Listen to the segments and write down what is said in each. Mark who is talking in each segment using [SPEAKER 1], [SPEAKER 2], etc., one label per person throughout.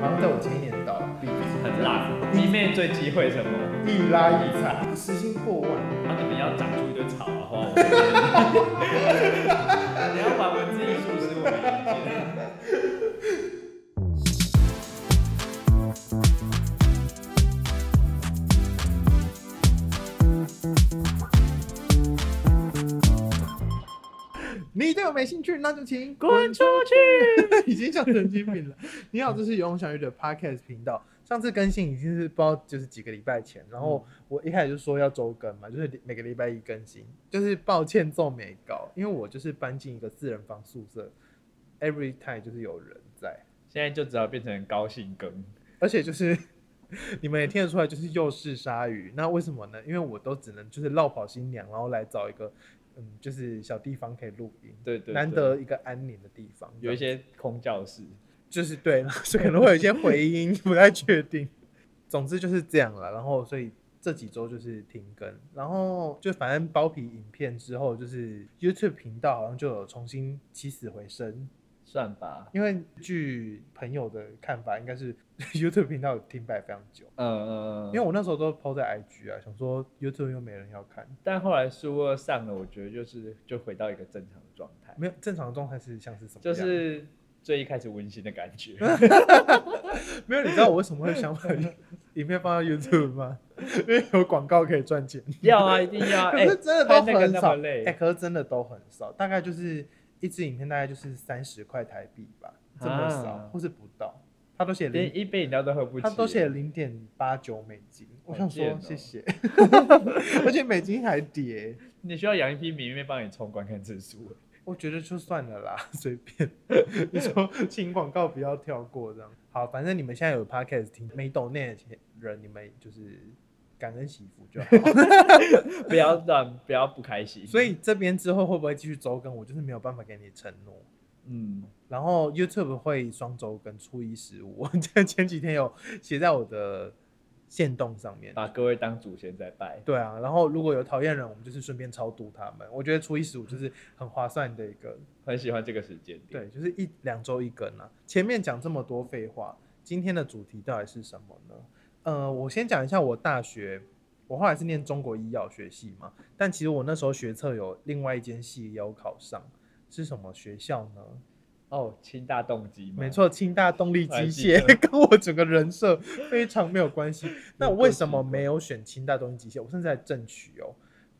[SPEAKER 1] 好像在我前一年到，毕
[SPEAKER 2] 很辣。迷妹最忌讳什么？
[SPEAKER 1] 一拉一踩，时薪过万，
[SPEAKER 2] 然后你们要长出一堆草啊， 花我们的钱。你要把文字艺术是我们意见。
[SPEAKER 1] 你对我没兴趣，那就请
[SPEAKER 2] 滚出 去！
[SPEAKER 1] 已经像神经病了。你好，这是游泳小鱼的 podcast 频道。上次更新已经是不知道就是几个礼拜前，然后我一开始就说要周更嘛，就是每个礼拜一更新。就是抱歉做没搞，因为我就是搬进一个四人房宿舍，every time 就是有人在，
[SPEAKER 2] 现在就只好变成高兴梗。
[SPEAKER 1] 而且就是 你们也听得出来，就是又是鲨鱼。那为什么呢？因为我都只能就是绕跑新娘，然后来找一个嗯，就是小地方可以录音，
[SPEAKER 2] 对对对
[SPEAKER 1] 难得一个安宁的地方，
[SPEAKER 2] 有一些空教室，
[SPEAKER 1] 就是对，所以可能会有一些回音， 不太确定。总之就是这样了，然后所以这几周就是停更，然后就反正包皮影片之后，就是 YouTube 频道好像就有重新起死回生，
[SPEAKER 2] 算吧。
[SPEAKER 1] 因为据朋友的看法，应该是 YouTube 频道停摆非常久，
[SPEAKER 2] 嗯嗯，
[SPEAKER 1] 因
[SPEAKER 2] 因
[SPEAKER 1] 为
[SPEAKER 2] 为
[SPEAKER 1] 我那时候都 PO 在 IG 啊，想说 YouTube 又没人要看，
[SPEAKER 2] 但后来苏二上了，我觉得就是就回到一个正常的状态，
[SPEAKER 1] 没有正常的状态是像是什么
[SPEAKER 2] 就
[SPEAKER 1] 样？
[SPEAKER 2] 是最一开始温馨的感 觉。
[SPEAKER 1] 没有，你知道我为什么会想 把影片放到 YouTube 吗？因为有广告可以赚钱。
[SPEAKER 2] 要啊，一定要啊。
[SPEAKER 1] 可
[SPEAKER 2] 哎
[SPEAKER 1] 是，真的都
[SPEAKER 2] 拍那个
[SPEAKER 1] 很
[SPEAKER 2] 那
[SPEAKER 1] 少，
[SPEAKER 2] 么累
[SPEAKER 1] 哎、可是真的都很少，大概就是一支影片大概就是三十块台币吧，这么少、
[SPEAKER 2] 啊
[SPEAKER 1] 或是不到，他都写零，
[SPEAKER 2] 连一杯饮料都喝不起。
[SPEAKER 1] 他都写零点八九美金，我
[SPEAKER 2] 好
[SPEAKER 1] 想
[SPEAKER 2] 贱
[SPEAKER 1] 说
[SPEAKER 2] 哦
[SPEAKER 1] 谢 谢，而且美金还跌，
[SPEAKER 2] 你需要养一批迷妹帮你冲观看次数。
[SPEAKER 1] 我觉得就算了啦， 随便，你说请广告不要跳过这样，好，反正你们现在有 podcast 听，没懂那些人，你们就是感恩惜福就好。
[SPEAKER 2] 不要让，不要不开心。
[SPEAKER 1] 所以这边之后会不会继续周更，我就是没有办法给你承诺。
[SPEAKER 2] 嗯，
[SPEAKER 1] 然后 YouTube 会双周跟初一十五， 我前前几天有写在我的线动上面。
[SPEAKER 2] 把各位当祖先在拜。
[SPEAKER 1] 对啊，然后如果有讨厌人，我们就是顺便超度他们。我觉得初一十五就是很划算的一个，
[SPEAKER 2] 很喜欢这个时间点。
[SPEAKER 1] 对，就是一两周一根啊。前面讲这么多废话，今天的主题到底是什么呢？呃，我先讲一下我大学，我后来是念中国医药学系嘛，但其实我那时候学测有另外一间系也有考上，是什么学校呢？
[SPEAKER 2] 哦，清大动机嘛，
[SPEAKER 1] 没，错，清大动力机
[SPEAKER 2] 我还
[SPEAKER 1] 械 跟我整个人设非常没有关系。那我为什么
[SPEAKER 2] 奇怪
[SPEAKER 1] 没有选清大动力机械？我甚至还争取哦，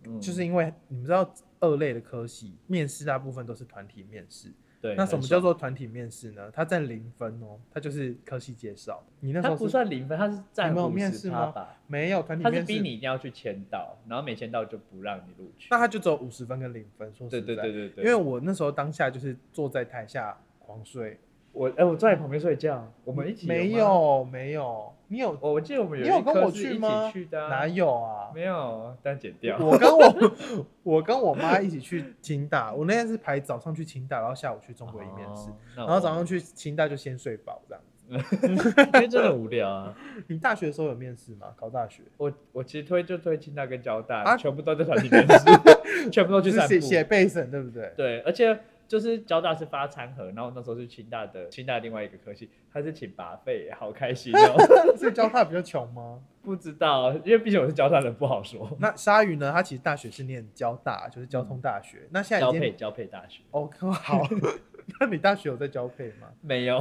[SPEAKER 2] 嗯
[SPEAKER 1] 就是因为你们知道二类的科系面试大部分都是团体面试，
[SPEAKER 2] 对。
[SPEAKER 1] 那什么
[SPEAKER 2] 很
[SPEAKER 1] 叫
[SPEAKER 2] 爽？
[SPEAKER 1] 做团体面试呢？它占零分哦，它就是科系介绍。你那时
[SPEAKER 2] 他
[SPEAKER 1] 候
[SPEAKER 2] 不
[SPEAKER 1] 是
[SPEAKER 2] 算零分，他是占
[SPEAKER 1] 你们有
[SPEAKER 2] 50%
[SPEAKER 1] 面试吗
[SPEAKER 2] 吧？
[SPEAKER 1] 没有团体
[SPEAKER 2] 他是
[SPEAKER 1] 面
[SPEAKER 2] 逼
[SPEAKER 1] 试
[SPEAKER 2] 你，一定要去签到，然后没签到就不让你录取。
[SPEAKER 1] 那它就只有五十分跟零分。说
[SPEAKER 2] 对
[SPEAKER 1] 实
[SPEAKER 2] 对
[SPEAKER 1] 在
[SPEAKER 2] 对，对对，
[SPEAKER 1] 因为我那时候当下就是坐在台下狂睡，
[SPEAKER 2] 我哎，我坐在你旁边睡觉，我们一起
[SPEAKER 1] 没
[SPEAKER 2] 吗，
[SPEAKER 1] 有没有，你有
[SPEAKER 2] 我我记得我们有
[SPEAKER 1] 你有
[SPEAKER 2] 一
[SPEAKER 1] 跟
[SPEAKER 2] 科
[SPEAKER 1] 我
[SPEAKER 2] 是
[SPEAKER 1] 去
[SPEAKER 2] 一起
[SPEAKER 1] 吗
[SPEAKER 2] 去的啊
[SPEAKER 1] 哪有啊？
[SPEAKER 2] 没有，但剪掉。
[SPEAKER 1] 我跟我 我跟我妈一起去清大，我那天是排早上去清大，然后下午去中国一面试，
[SPEAKER 2] 哦，
[SPEAKER 1] 然后早上
[SPEAKER 2] 去，
[SPEAKER 1] 去清大就先睡饱这样子。
[SPEAKER 2] 因为真的无聊啊。
[SPEAKER 1] 你大学的时候有面试吗？考大学
[SPEAKER 2] 我我其实推就推清大跟交大，
[SPEAKER 1] 啊
[SPEAKER 2] 全部都在团体面试， 全部都去
[SPEAKER 1] 是
[SPEAKER 2] 散
[SPEAKER 1] 写
[SPEAKER 2] 步。
[SPEAKER 1] 写背审对不对？
[SPEAKER 2] 对，而且就是交大是发餐盒，然后那时候是清大的清大另外一个科系，他是请拔费，好开心哦。
[SPEAKER 1] 所以交大比较穷吗？
[SPEAKER 2] 不知道，因为毕竟我是交大人，不好说。
[SPEAKER 1] 那鲨鱼呢？他其实大学是念交大，就是交通大学。那现在
[SPEAKER 2] 嗯交
[SPEAKER 1] 已经
[SPEAKER 2] 配交配大学
[SPEAKER 1] 哦好， 那你大学有在交配吗？
[SPEAKER 2] 没有，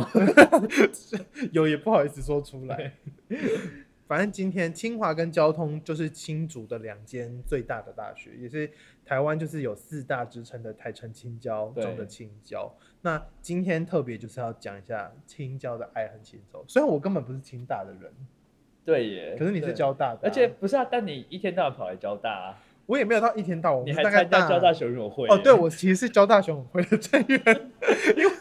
[SPEAKER 1] 有也不好意思说出来。反正今天清华跟交通就是清竹的两间最大的大学，也是台湾就是有四大之称的台城清交
[SPEAKER 2] 对
[SPEAKER 1] 中的清交。那今天特别就是要讲一下清交的爱恨情仇。虽然我根本不是清大的人，
[SPEAKER 2] 对耶。
[SPEAKER 1] 可是你是
[SPEAKER 2] 对，
[SPEAKER 1] 交大的啊、
[SPEAKER 2] 而且不是啊，但你一天到晚跑来交大、啊，
[SPEAKER 1] 我也没有到一天到晚，我
[SPEAKER 2] 你
[SPEAKER 1] 们
[SPEAKER 2] 还
[SPEAKER 1] 大概
[SPEAKER 2] 参加
[SPEAKER 1] 大
[SPEAKER 2] 交大熊友会
[SPEAKER 1] 哦，
[SPEAKER 2] 耶
[SPEAKER 1] 对，我其实是交大熊友会的成员，因为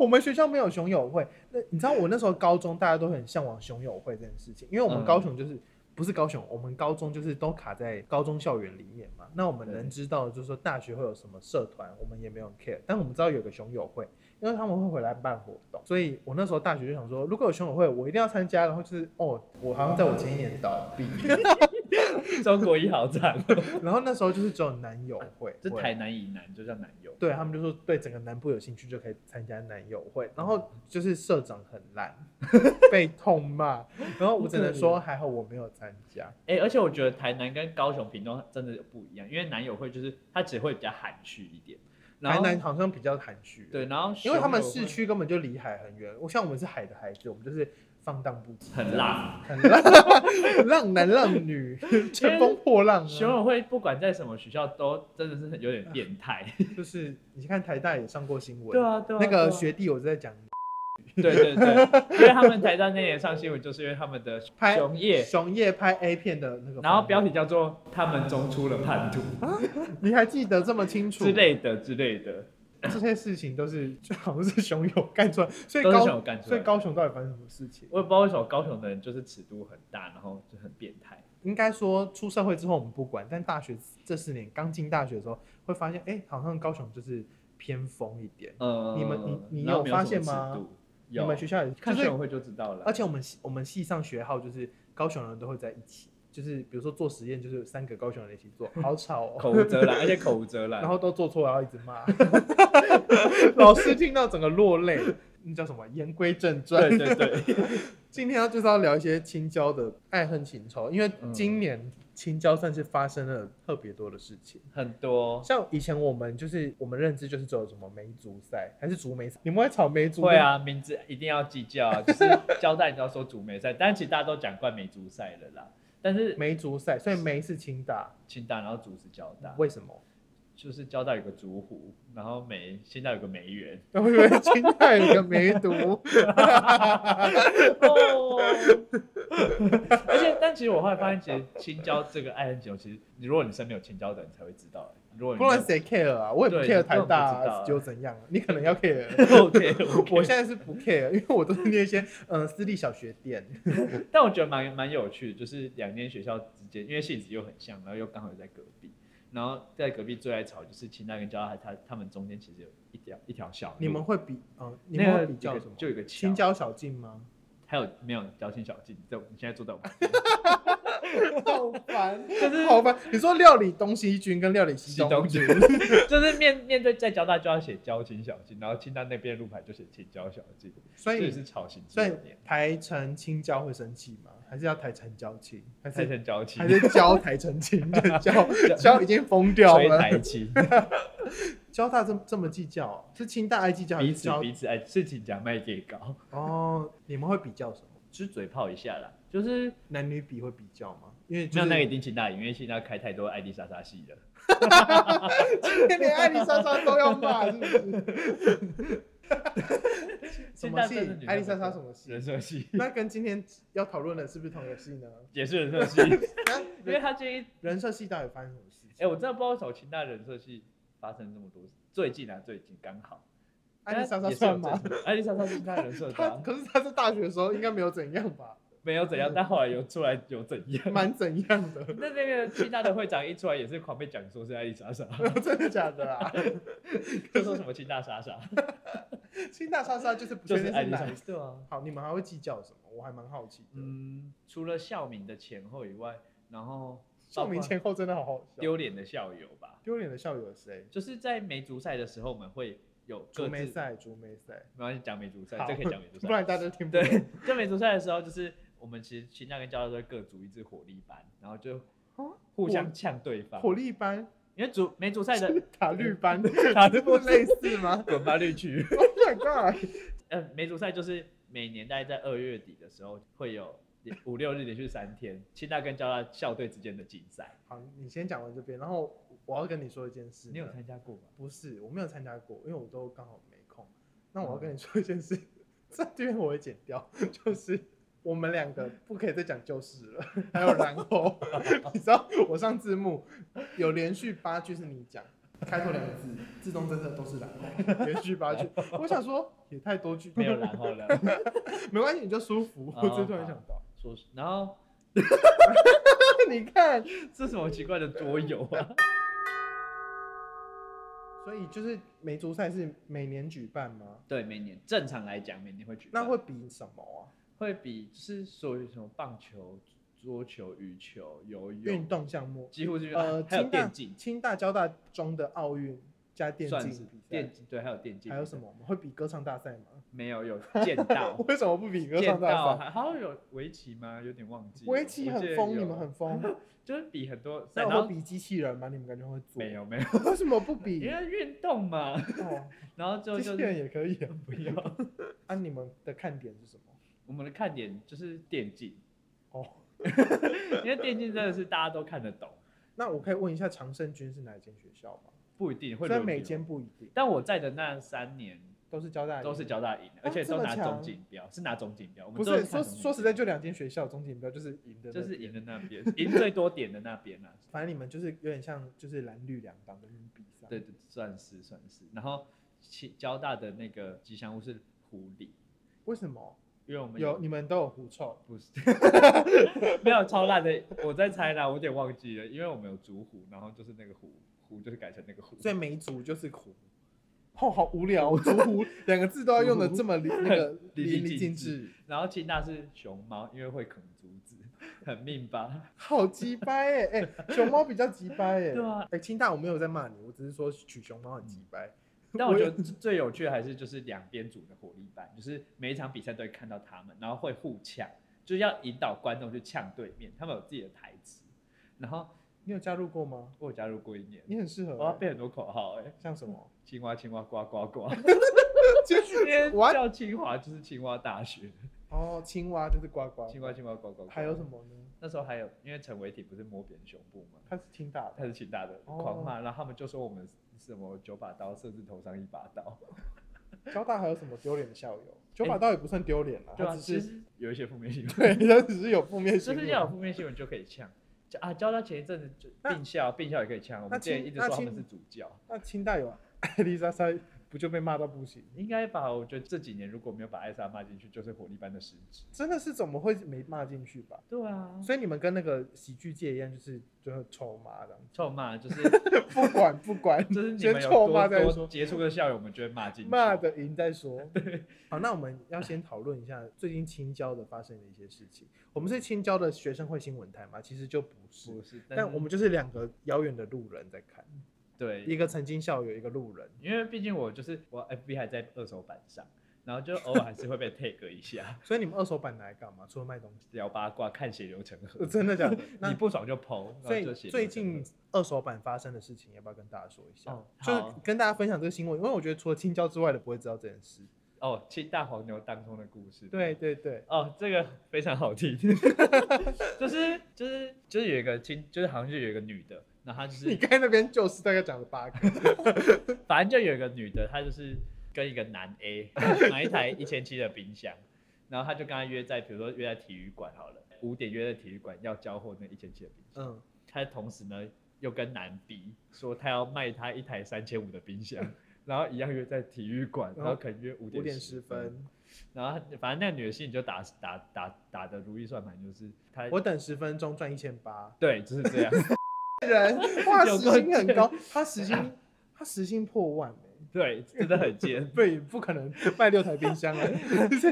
[SPEAKER 1] 我们学校没有熊友会。那你知道我那时候高中大家都很向往熊友会这件事情，因为我们
[SPEAKER 2] 嗯
[SPEAKER 1] 高雄就是、不是高雄，我们高中就是都卡在高中校园里面嘛。那我们
[SPEAKER 2] 对
[SPEAKER 1] 能知道的就是说大学会有什么社团，我们也没有人 care，但我们知道有个熊友会。因为他们会回来办活动，所以我那时候大学就想说，如果有熊友会，我一定要参加。然后就是哦，我好像在我前一年倒闭，
[SPEAKER 2] 中国一好长，
[SPEAKER 1] 然后那时候就是只有南友会，
[SPEAKER 2] 啊这
[SPEAKER 1] 会
[SPEAKER 2] 台南以南就叫南游。
[SPEAKER 1] 对啊他们就说对整个南部有兴趣就可以参加南友会，然
[SPEAKER 2] 嗯
[SPEAKER 1] 后就是社长很 烂，被痛骂，然后我只能说还好我没有参加，
[SPEAKER 2] 哎、而且我觉得台南跟高雄、屏东真的不一样，因为南友会就是他只会比较含蓄一点，然
[SPEAKER 1] 台
[SPEAKER 2] 后
[SPEAKER 1] 南好像比较含蓄，
[SPEAKER 2] 对，，然后
[SPEAKER 1] 因为他们
[SPEAKER 2] 熊友
[SPEAKER 1] 市
[SPEAKER 2] 会
[SPEAKER 1] 区根本就离海很远，我像我们是海的孩子，我们就是放荡不羁，
[SPEAKER 2] 很，辣，
[SPEAKER 1] 很浪，浪男浪 女，乘风破浪、
[SPEAKER 2] 熊
[SPEAKER 1] 啊，
[SPEAKER 2] 友会不管在什么学校都真的是有点变态。
[SPEAKER 1] 就是你看台大也上过新闻，
[SPEAKER 2] 对啊，对啊，
[SPEAKER 1] 那
[SPEAKER 2] 对啊
[SPEAKER 1] 个学弟我在讲
[SPEAKER 2] 对对 对，因为他们台大那年上新闻，就是因为他们的
[SPEAKER 1] 拍
[SPEAKER 2] 熊夜，
[SPEAKER 1] 熊夜拍 A 片的那个，
[SPEAKER 2] 然后标题叫做“他们中出了叛徒
[SPEAKER 1] 啊你还记得这么清”楚？
[SPEAKER 2] 之类的之类的，
[SPEAKER 1] 这些事情都是就好像是熊友干出来，所以
[SPEAKER 2] 都是
[SPEAKER 1] 高
[SPEAKER 2] 熊干出
[SPEAKER 1] 所
[SPEAKER 2] 来
[SPEAKER 1] 以
[SPEAKER 2] 的。
[SPEAKER 1] 高雄到底发生什么事情？
[SPEAKER 2] 我也不知道为什么高雄的人就是尺度很大，然后就很变态。
[SPEAKER 1] 应该说出社会之后我们不管，但大学这四年刚进大学的时候会发现，哎、好像高雄就是偏疯一点。
[SPEAKER 2] 呃，
[SPEAKER 1] 你们你你
[SPEAKER 2] 然后
[SPEAKER 1] 有
[SPEAKER 2] 没
[SPEAKER 1] 发
[SPEAKER 2] 什
[SPEAKER 1] 现
[SPEAKER 2] 么
[SPEAKER 1] 吗
[SPEAKER 2] 尺度？
[SPEAKER 1] 你
[SPEAKER 2] 有，
[SPEAKER 1] 们学校也
[SPEAKER 2] 看
[SPEAKER 1] 就
[SPEAKER 2] 学
[SPEAKER 1] 是，
[SPEAKER 2] 友会就知道了。
[SPEAKER 1] 而且我们系我们系上学号就是高雄人都会在一起，就是比如说做实验，就是三个高雄人一起做，好吵哦。
[SPEAKER 2] 口 无遮拦，而且口无遮拦。
[SPEAKER 1] 然后都做错，然后一直骂， 老师听到整个落泪。那叫什么？言归正传。
[SPEAKER 2] 对对对，
[SPEAKER 1] 今天要就是要聊一些青椒的爱恨情仇，因为今年青椒算是发生了特别多的事情。
[SPEAKER 2] 很多
[SPEAKER 1] 像以前我们就是我们认知就是只有什么梅竹赛还是竹梅赛，你们会吵梅竹？
[SPEAKER 2] 会，啊，名字一定要计较啊， 就是交代你要说主梅赛，但其实大家都讲惯梅竹赛了啦。但是
[SPEAKER 1] 梅竹赛，所以梅是清大，
[SPEAKER 2] 清大，然后竹是交大，
[SPEAKER 1] 为什 么？
[SPEAKER 2] 就是交大有个竹湖，然后梅清大有个梅园。
[SPEAKER 1] 我以为清大有个梅毒，
[SPEAKER 2] 哦， 而且但其实我后来发现，其实青椒这个爱恨情仇，其实你如果你身边有青椒的人才会知道、欸，如果你
[SPEAKER 1] 不然 谁 care 啊？我也不
[SPEAKER 2] 对
[SPEAKER 1] care 台大、
[SPEAKER 2] 根本不知道啊
[SPEAKER 1] 啊、又怎样、啊？你可能 要 care。
[SPEAKER 2] OK，
[SPEAKER 1] 我现在是不 care，因为我都是那些嗯、呃私立小学店。
[SPEAKER 2] 但我觉得蛮蛮有趣的，就是两间学校之间，因为性质又很像，然后又刚好又在隔壁，然后在隔壁最爱吵就是清大跟交大，他他们中间其实有一条一条小路，
[SPEAKER 1] 你们会比嗯、呃你
[SPEAKER 2] 那
[SPEAKER 1] 们会
[SPEAKER 2] 个
[SPEAKER 1] 比较什么？
[SPEAKER 2] 就有一个
[SPEAKER 1] 青
[SPEAKER 2] 青椒，
[SPEAKER 1] 椒小径吗？
[SPEAKER 2] 还有没有交心小径？在我们现在坐在我们
[SPEAKER 1] 好烦，
[SPEAKER 2] 就是
[SPEAKER 1] 好烦。你说料理东西军跟料理西
[SPEAKER 2] 西
[SPEAKER 1] 东
[SPEAKER 2] 东
[SPEAKER 1] 军，
[SPEAKER 2] 区， 就是面面对在交大就要写交青小径，然后清大那边的路牌就写青椒小径，
[SPEAKER 1] 所
[SPEAKER 2] 这也
[SPEAKER 1] 以
[SPEAKER 2] 是吵醒
[SPEAKER 1] 所
[SPEAKER 2] 这
[SPEAKER 1] 以
[SPEAKER 2] 一点，
[SPEAKER 1] 台城青椒会生气吗？还是要台城交青？还
[SPEAKER 2] 才
[SPEAKER 1] 是
[SPEAKER 2] 成交青
[SPEAKER 1] 还。是教台城 青？教教已经疯掉
[SPEAKER 2] 追
[SPEAKER 1] 了。
[SPEAKER 2] 台 青，
[SPEAKER 1] 交大这么这么计较哦、是清大爱计较还
[SPEAKER 2] 彼
[SPEAKER 1] 是
[SPEAKER 2] 此
[SPEAKER 1] 交？
[SPEAKER 2] 彼此爱，事情讲卖给搞，
[SPEAKER 1] 哦，你们会比较什么？
[SPEAKER 2] 就是嘴炮一下啦，就是
[SPEAKER 1] 男女比会比较吗？因为
[SPEAKER 2] 没
[SPEAKER 1] 就
[SPEAKER 2] 有
[SPEAKER 1] 是
[SPEAKER 2] 那个一定清大赢，因为现在开太多艾丽莎莎戏了。
[SPEAKER 1] 连艾丽莎莎都要骂，是不是？ 什么戏
[SPEAKER 2] 清大真的女？的
[SPEAKER 1] 艾丽莎莎什么戏？
[SPEAKER 2] 人设戏
[SPEAKER 1] 那跟今天要讨论的是不是同一个戏呢？
[SPEAKER 2] 也是人设 戏，
[SPEAKER 1] 啊
[SPEAKER 2] 因为他这一哎、
[SPEAKER 1] 人设戏到底发生什么事情？
[SPEAKER 2] 我真的不知道为什么清大人设戏发生这么多事，最近啊最近刚好，
[SPEAKER 1] 艾啊丽莎莎
[SPEAKER 2] 也是有
[SPEAKER 1] 算吗？
[SPEAKER 2] 最近？艾丽莎莎是清大人设的
[SPEAKER 1] 她
[SPEAKER 2] 啊、
[SPEAKER 1] 可是她在大学的时候应该没有怎样 吧？
[SPEAKER 2] 没有怎样，但后来有出来有怎样。
[SPEAKER 1] 蛮怎样的，
[SPEAKER 2] 那那个清大的会长一出来也是狂被讲说是艾丽 莎莎，
[SPEAKER 1] 真的假的 啊？
[SPEAKER 2] 就说什么清大莎莎，
[SPEAKER 1] 清大莎莎就是不
[SPEAKER 2] 就
[SPEAKER 1] 确
[SPEAKER 2] 是
[SPEAKER 1] 定
[SPEAKER 2] 艾
[SPEAKER 1] 是
[SPEAKER 2] 丽莎
[SPEAKER 1] 哪
[SPEAKER 2] 莎。对啊，
[SPEAKER 1] 好，你们还会计较什么？我还蛮好奇的。
[SPEAKER 2] 嗯，除了校名的前后以外，然后
[SPEAKER 1] 校名前后真的好好笑。
[SPEAKER 2] 丢脸的校友吧，
[SPEAKER 1] 丢脸的校友有谁？
[SPEAKER 2] 就是在梅竹赛的时候，我们会有
[SPEAKER 1] 竹
[SPEAKER 2] 各自
[SPEAKER 1] 梅赛，竹梅赛，
[SPEAKER 2] 没关系，讲梅竹赛，
[SPEAKER 1] 好
[SPEAKER 2] 这可以讲梅竹
[SPEAKER 1] 不
[SPEAKER 2] 赛。
[SPEAKER 1] 然大家听不懂。
[SPEAKER 2] 对，在梅竹赛的时候，就是我们其实清大跟交大都会各组一支火力班，然后就
[SPEAKER 1] 哦
[SPEAKER 2] 互相呛对方。
[SPEAKER 1] 火力 班、
[SPEAKER 2] 因为竹梅竹赛的
[SPEAKER 1] 塔绿班，
[SPEAKER 2] 塔 绿
[SPEAKER 1] 不是类似吗
[SPEAKER 2] 滚吧绿区，
[SPEAKER 1] ？Oh my god！
[SPEAKER 2] 呃，梅竹赛就是每年大概在二月底的时候会有五六日连续三天，清大跟交大校队之间的竞赛。
[SPEAKER 1] 好，你先讲完这边，然后我要跟你说一件事。
[SPEAKER 2] 你有参加过吗？
[SPEAKER 1] 不是，我没有参加过，因为我都刚好没空。那我
[SPEAKER 2] 嗯
[SPEAKER 1] 要跟你说一件事， 这这边我会剪掉， 就是我们两个不可以再讲旧事了。 还有然后， 你知道我上字幕有连续八句是你讲，开头两个字自动侦测都是然后，连续八句。我想说也太多句，
[SPEAKER 2] 没有然后 了。
[SPEAKER 1] 没关系，你就舒服。我只是突然想到，
[SPEAKER 2] 说，然后
[SPEAKER 1] 你看，
[SPEAKER 2] 这是什么奇怪的桌游啊？
[SPEAKER 1] 所以就是梅竹赛是每年举办吗？
[SPEAKER 2] 对，每年正常来讲每年会举办。
[SPEAKER 1] 那会比什么啊？
[SPEAKER 2] 会比就是所有什么棒球、桌球、羽球、游泳，
[SPEAKER 1] 运动项目，
[SPEAKER 2] 几乎是
[SPEAKER 1] 呃，
[SPEAKER 2] 还有
[SPEAKER 1] 清大
[SPEAKER 2] 电竞，
[SPEAKER 1] 清大交大中的奥运加电
[SPEAKER 2] 算是
[SPEAKER 1] 竞比赛
[SPEAKER 2] 电，竞对，还有电竞。
[SPEAKER 1] 还有什？么？我们会比歌唱大赛吗？
[SPEAKER 2] 没有，有剑道，
[SPEAKER 1] 为什么不比歌
[SPEAKER 2] 剑
[SPEAKER 1] 唱大
[SPEAKER 2] 道
[SPEAKER 1] 赛？
[SPEAKER 2] 还好像有围棋吗？有点忘记了。
[SPEAKER 1] 围棋
[SPEAKER 2] 我记
[SPEAKER 1] 很
[SPEAKER 2] 得
[SPEAKER 1] 疯，
[SPEAKER 2] 有
[SPEAKER 1] 你们很 疯。
[SPEAKER 2] 就是比很多赛，
[SPEAKER 1] 那
[SPEAKER 2] 然
[SPEAKER 1] 我
[SPEAKER 2] 后
[SPEAKER 1] 会比机器人吗？你们感觉会做？
[SPEAKER 2] 没，有没有，
[SPEAKER 1] 为什么不
[SPEAKER 2] 因
[SPEAKER 1] 比？
[SPEAKER 2] 为运动嘛，
[SPEAKER 1] 哦，
[SPEAKER 2] 然后 就
[SPEAKER 1] 机
[SPEAKER 2] 就
[SPEAKER 1] 器
[SPEAKER 2] 是
[SPEAKER 1] 人也可以啊。
[SPEAKER 2] 不要。
[SPEAKER 1] 啊，你们的看点是什么？
[SPEAKER 2] 我们的看点就是电竞，
[SPEAKER 1] 哦，
[SPEAKER 2] 因为电竞真的是大家都看得懂，
[SPEAKER 1] 那我可以问一下长生军是哪一间学校吗？
[SPEAKER 2] 不一定会
[SPEAKER 1] 虽然
[SPEAKER 2] 轮流。
[SPEAKER 1] 每间不一定，
[SPEAKER 2] 但我在的那三年
[SPEAKER 1] 都是交大的，
[SPEAKER 2] 都是交大赢的，
[SPEAKER 1] 啊
[SPEAKER 2] 而且
[SPEAKER 1] 这
[SPEAKER 2] 都
[SPEAKER 1] 么
[SPEAKER 2] 拿
[SPEAKER 1] 强
[SPEAKER 2] 总锦标，是拿总锦标。我们
[SPEAKER 1] 不
[SPEAKER 2] 都
[SPEAKER 1] 是说
[SPEAKER 2] 看总锦标
[SPEAKER 1] 说实在，就两间学校，中锦标就是赢的，
[SPEAKER 2] 就是赢。的那边，赢最多点的那边啊。
[SPEAKER 1] 反正你们就是有点像就是蓝绿两党的那种比赛。
[SPEAKER 2] 对，对，算是算是。然后其交大的那个吉祥物是狐狸，
[SPEAKER 1] 为什么
[SPEAKER 2] 因为我们
[SPEAKER 1] 有你们都有狐臭？
[SPEAKER 2] 不是 没有超烂的，我在猜啦，我有点忘记了，因为我们有竹虎，然后就是那个虎虎就是改成那个虎，
[SPEAKER 1] 所以每一组就是苦。哦，好无 聊、哦，竹狐两个字都要用的这么淋那个
[SPEAKER 2] 淋
[SPEAKER 1] 淋
[SPEAKER 2] 漓
[SPEAKER 1] 漓
[SPEAKER 2] 尽
[SPEAKER 1] 尽致，
[SPEAKER 2] 然后清大是熊猫，因为会啃竹子，很命吧？
[SPEAKER 1] 好鸡掰哎、 欸、熊猫比较鸡掰哎、欸。
[SPEAKER 2] 对啊嗯
[SPEAKER 1] 哎、清大我没有在骂你，我只是说取熊猫很鸡掰。
[SPEAKER 2] 但我觉得最有趣的还是就是两边组的火力班，就是每一场比赛都会看到他们，然后会互呛，就是要引导观众去呛对面，他们有自己的台词。然后
[SPEAKER 1] 你有加入过吗？
[SPEAKER 2] 我有加入过一年，
[SPEAKER 1] 你很适合、
[SPEAKER 2] 我要
[SPEAKER 1] 欸
[SPEAKER 2] 背很多口号哎、
[SPEAKER 1] 像什么？
[SPEAKER 2] 青蛙青蛙呱 呱呱，
[SPEAKER 1] 就
[SPEAKER 2] 今天
[SPEAKER 1] What？
[SPEAKER 2] 叫清华就是清蛙大学，
[SPEAKER 1] 哦，青蛙就是呱呱。
[SPEAKER 2] 青蛙青蛙呱呱呱。
[SPEAKER 1] 还有什么呢？
[SPEAKER 2] 那时候还有，因为陈伟霆不是摸别人胸部嘛，
[SPEAKER 1] 它是清大的，
[SPEAKER 2] 他是清大的
[SPEAKER 1] 哦
[SPEAKER 2] 狂骂，然后他们就说我们什么九把刀，甚至头上一把刀。
[SPEAKER 1] 交大还有什么丢脸的校友？九把刀也不算丢脸啦，
[SPEAKER 2] 哎对啊，
[SPEAKER 1] 它
[SPEAKER 2] 其
[SPEAKER 1] 只是
[SPEAKER 2] 实有一些负面新 闻，
[SPEAKER 1] 对，它只是有负面
[SPEAKER 2] 就
[SPEAKER 1] 新
[SPEAKER 2] 是
[SPEAKER 1] 闻。
[SPEAKER 2] 要有负面新闻就可以呛。就啊，教他前一阵子就
[SPEAKER 1] 那
[SPEAKER 2] 并校，并校也可以呛。我
[SPEAKER 1] 那
[SPEAKER 2] 们之前
[SPEAKER 1] 清
[SPEAKER 2] 一直说
[SPEAKER 1] 那
[SPEAKER 2] 他
[SPEAKER 1] 清
[SPEAKER 2] 们是主教，
[SPEAKER 1] 那清大有啊 艾丽莎莎，不就被骂到不行？
[SPEAKER 2] 应该吧？我觉得这几年如果没有把艾莎骂进去，就是火力般的失职。
[SPEAKER 1] 真的是怎么会没骂进去吧？
[SPEAKER 2] 对啊，
[SPEAKER 1] 所以你们跟那个喜剧界一样，就是就是臭骂这样，
[SPEAKER 2] 臭骂就是
[SPEAKER 1] 不管不 管，
[SPEAKER 2] 就是你
[SPEAKER 1] 先
[SPEAKER 2] 们有
[SPEAKER 1] 臭骂
[SPEAKER 2] 多
[SPEAKER 1] 再
[SPEAKER 2] 多
[SPEAKER 1] 说，
[SPEAKER 2] 杰出的校友，我们就会骂进 去。
[SPEAKER 1] 骂的赢再 说。好，那我们要先讨论一下最近青椒的发生的一些事情。我们是青椒的学生会新闻台嘛？其实就不是，
[SPEAKER 2] 不是，
[SPEAKER 1] 但
[SPEAKER 2] 是
[SPEAKER 1] 我们就是两个遥远的路人在看，
[SPEAKER 2] 对
[SPEAKER 1] 一个曾经校友，一个路人。
[SPEAKER 2] 因为毕竟我就是我 FB 还在二手版上，然后就偶尔还是会被 tag 一下，
[SPEAKER 1] 所以你们二手版拿来干嘛？除了卖东西？
[SPEAKER 2] 聊八卦，看血流成河。
[SPEAKER 1] 真的假的？
[SPEAKER 2] 你
[SPEAKER 1] 那
[SPEAKER 2] 不爽就 PO，
[SPEAKER 1] 所
[SPEAKER 2] 然后就
[SPEAKER 1] 以
[SPEAKER 2] 血流成河
[SPEAKER 1] 最近二手版发生的事情，要不要跟大家说一下？
[SPEAKER 2] 哦
[SPEAKER 1] 就是
[SPEAKER 2] 好
[SPEAKER 1] 跟大家分享这个新闻，因为我觉得除了青椒之外的不会知道这件事。
[SPEAKER 2] 哦，清大黄牛当中的故事。
[SPEAKER 1] 对对对，
[SPEAKER 2] 哦，这个非常好听， 就是就是就是有一个亲，就是好像就有一个女的，然后她就
[SPEAKER 1] 你
[SPEAKER 2] 是
[SPEAKER 1] 刚才那边就是大概讲了八个，
[SPEAKER 2] 反正就有一个女的，她就是跟一个男 A 买一台一千七的冰箱，然后她就跟他约在，比如说约在体育馆好了，五点约在体育馆要交货那一千七的冰 箱，
[SPEAKER 1] 嗯，
[SPEAKER 2] 她同时呢又跟男 B 说她要卖他一台三千五的冰箱，然后一样约在体育馆，然后可能约哦五
[SPEAKER 1] 五点
[SPEAKER 2] 点
[SPEAKER 1] 十
[SPEAKER 2] 十分，
[SPEAKER 1] 分，
[SPEAKER 2] 然后她反正那个女的心里就打打打打的如意算盘，就是她。
[SPEAKER 1] 我等十分钟赚一千八，
[SPEAKER 2] 对，就是这样。
[SPEAKER 1] 人 哇，
[SPEAKER 2] 有
[SPEAKER 1] 时
[SPEAKER 2] 够
[SPEAKER 1] 薪很高，他时薪他时薪破万欸。
[SPEAKER 2] 对，真的很贱
[SPEAKER 1] 对，不可能卖六台冰 箱啊！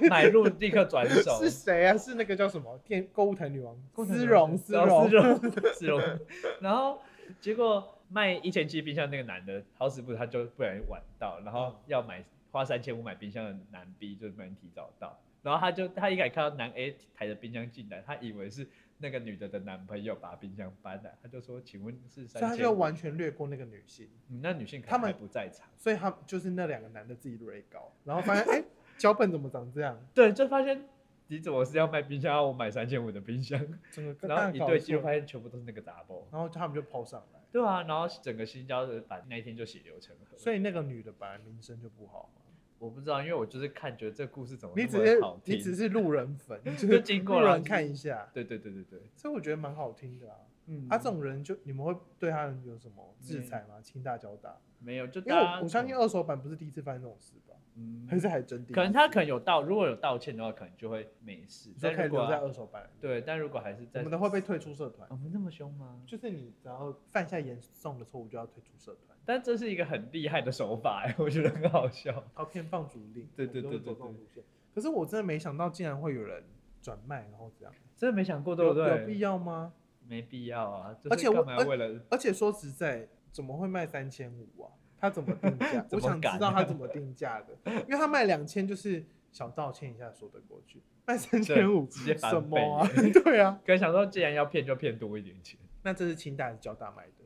[SPEAKER 2] 买入立刻转手。
[SPEAKER 1] 是谁啊？是那个叫什么店购物台女王
[SPEAKER 2] 共产
[SPEAKER 1] 丝
[SPEAKER 2] 党
[SPEAKER 1] 绒
[SPEAKER 2] 的
[SPEAKER 1] 丝
[SPEAKER 2] 哦
[SPEAKER 1] 绒
[SPEAKER 2] 丝，绒丝绒，然后结果卖一千七冰箱那个男的，好死不死他就不小心晚到，然后要买花三千五买冰箱的男 B 就不小心提早到，然后他就他一开始看到男 A 抬着冰箱进来，他以为是那个女的的男朋友把冰箱搬来，他就说：“请问是
[SPEAKER 1] 所以他
[SPEAKER 2] 三
[SPEAKER 1] 就
[SPEAKER 2] 千？”
[SPEAKER 1] 完全略过那个女性，
[SPEAKER 2] 嗯，那女性可能
[SPEAKER 1] 他们
[SPEAKER 2] 还不在场。
[SPEAKER 1] 所以他就是那两个男的自己瑞高，然后发 现哎，诶脚本怎么长这样？
[SPEAKER 2] 对，就发现你怎么是要卖冰箱，啊要我买三千五的冰箱，
[SPEAKER 1] 整个
[SPEAKER 2] 然后
[SPEAKER 1] 蛋
[SPEAKER 2] 一
[SPEAKER 1] 搞
[SPEAKER 2] 对记录
[SPEAKER 1] 错
[SPEAKER 2] 发现全部都是那个 double。
[SPEAKER 1] 然后他们就抛上来，
[SPEAKER 2] 对啊，然后整个新交的版那一天就血流成河。
[SPEAKER 1] 所以那个女的本来名声就不好嘛。
[SPEAKER 2] 我不知道，因为我就是看觉得这故事怎么
[SPEAKER 1] 你
[SPEAKER 2] 哦那
[SPEAKER 1] 只是
[SPEAKER 2] 么好听。
[SPEAKER 1] 你只是路人粉，就
[SPEAKER 2] 就是经过
[SPEAKER 1] 路
[SPEAKER 2] 了
[SPEAKER 1] 人看一下，
[SPEAKER 2] 对对对对对，
[SPEAKER 1] 所以我觉得蛮好听的啊。
[SPEAKER 2] 嗯
[SPEAKER 1] 啊，这种人就你们会对他有什么制裁吗？清大交大，
[SPEAKER 2] 没有就
[SPEAKER 1] 因为
[SPEAKER 2] 大家
[SPEAKER 1] 我我相信二手版不是第一次发生这种事吧？
[SPEAKER 2] 嗯，
[SPEAKER 1] 还是还真第一次？
[SPEAKER 2] 可能他可能有道，如果有道歉的话，可能就会没事。
[SPEAKER 1] 就
[SPEAKER 2] 但
[SPEAKER 1] 可以
[SPEAKER 2] 如果
[SPEAKER 1] 留在
[SPEAKER 2] 啊
[SPEAKER 1] 二手版，
[SPEAKER 2] 对，但如果还是
[SPEAKER 1] 我
[SPEAKER 2] 在
[SPEAKER 1] 们的会被退出社团
[SPEAKER 2] 我。们那么凶吗？
[SPEAKER 1] 就是你只要犯下严重的错误，就要退出社团，
[SPEAKER 2] 但这是一个很厉害的手法，哎，我觉得很好笑。
[SPEAKER 1] 逃偏放逐令，
[SPEAKER 2] 对对
[SPEAKER 1] 我们都会走
[SPEAKER 2] 对对
[SPEAKER 1] 这种
[SPEAKER 2] 对
[SPEAKER 1] 路线。可是我真的没想到，竟然会有人转卖，然后这样。
[SPEAKER 2] 真的没想过，对
[SPEAKER 1] 有
[SPEAKER 2] 不对？
[SPEAKER 1] 有必要吗？
[SPEAKER 2] 没必要啊！
[SPEAKER 1] 而且我
[SPEAKER 2] 就是干嘛
[SPEAKER 1] 而
[SPEAKER 2] 为了
[SPEAKER 1] 而且说实在，怎么会卖三千五啊？他怎么定 价？我
[SPEAKER 2] 怎么
[SPEAKER 1] 想
[SPEAKER 2] 敢
[SPEAKER 1] 知道他怎么定价的，因为他卖两千就是小道歉一下说得过去，卖三千五
[SPEAKER 2] 直接翻倍
[SPEAKER 1] 什么啊？ 对啊，
[SPEAKER 2] 跟想说，既然要骗，就骗多一点钱。
[SPEAKER 1] 那这是清大还是交大买的？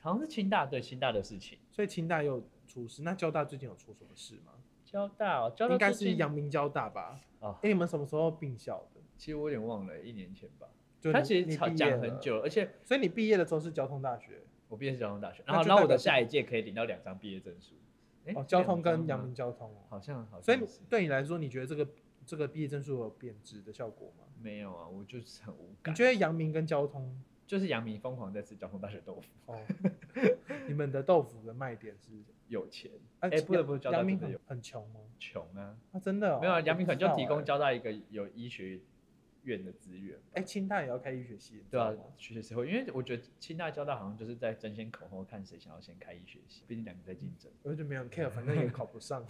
[SPEAKER 2] 好像是清大对清大的事情，
[SPEAKER 1] 所以清大又出事，那交大最近有出什么事吗？
[SPEAKER 2] 交大哦，交大
[SPEAKER 1] 应该
[SPEAKER 2] 最
[SPEAKER 1] 是
[SPEAKER 2] 近
[SPEAKER 1] 阳明交大吧？
[SPEAKER 2] 哦
[SPEAKER 1] 哎、，你们什么时候并校的？
[SPEAKER 2] 其实我有点忘了，一年前吧。
[SPEAKER 1] 就
[SPEAKER 2] 他
[SPEAKER 1] 你
[SPEAKER 2] 其实
[SPEAKER 1] 你
[SPEAKER 2] 吵
[SPEAKER 1] 毕业
[SPEAKER 2] 讲
[SPEAKER 1] 了
[SPEAKER 2] 很，久，而且
[SPEAKER 1] 所以你毕业的时候是交通大学
[SPEAKER 2] 我毕业是交通大学，
[SPEAKER 1] 那
[SPEAKER 2] 然后
[SPEAKER 1] 就
[SPEAKER 2] 然后
[SPEAKER 1] 代
[SPEAKER 2] 我
[SPEAKER 1] 表
[SPEAKER 2] 的
[SPEAKER 1] 是
[SPEAKER 2] 下一届可以领到两张毕业证书。诶
[SPEAKER 1] 哦，交通
[SPEAKER 2] 两张
[SPEAKER 1] 跟
[SPEAKER 2] 吗
[SPEAKER 1] 阳明交通哦。
[SPEAKER 2] 好像好像是，
[SPEAKER 1] 所以对你来说，你觉得这个这个毕业证书有贬值的效果吗？
[SPEAKER 2] 没有啊，我就是很无
[SPEAKER 1] 你
[SPEAKER 2] 感。
[SPEAKER 1] 觉得阳明跟交通
[SPEAKER 2] 就是阳明疯狂在吃交通大学豆腐，
[SPEAKER 1] 哦，你们的豆腐的卖点是？
[SPEAKER 2] 有钱
[SPEAKER 1] 哎
[SPEAKER 2] 哎不得不交大
[SPEAKER 1] 阳明
[SPEAKER 2] 真的
[SPEAKER 1] 很
[SPEAKER 2] 有
[SPEAKER 1] 很穷吗？
[SPEAKER 2] 穷啊，
[SPEAKER 1] 啊，真的哦、
[SPEAKER 2] 没有啊阳明可能就提
[SPEAKER 1] 我
[SPEAKER 2] 供
[SPEAKER 1] 不知道欸
[SPEAKER 2] 交大一个有医学院的资源吧。
[SPEAKER 1] 哎、哎清大也要开医学系，你知
[SPEAKER 2] 对啊
[SPEAKER 1] 道吗，
[SPEAKER 2] 学习会，因为我觉得清大、交大好像就是在争先恐后，看谁想要先开医学系，毕竟两个在竞争。
[SPEAKER 1] 我就没 有 care，反正也考不上。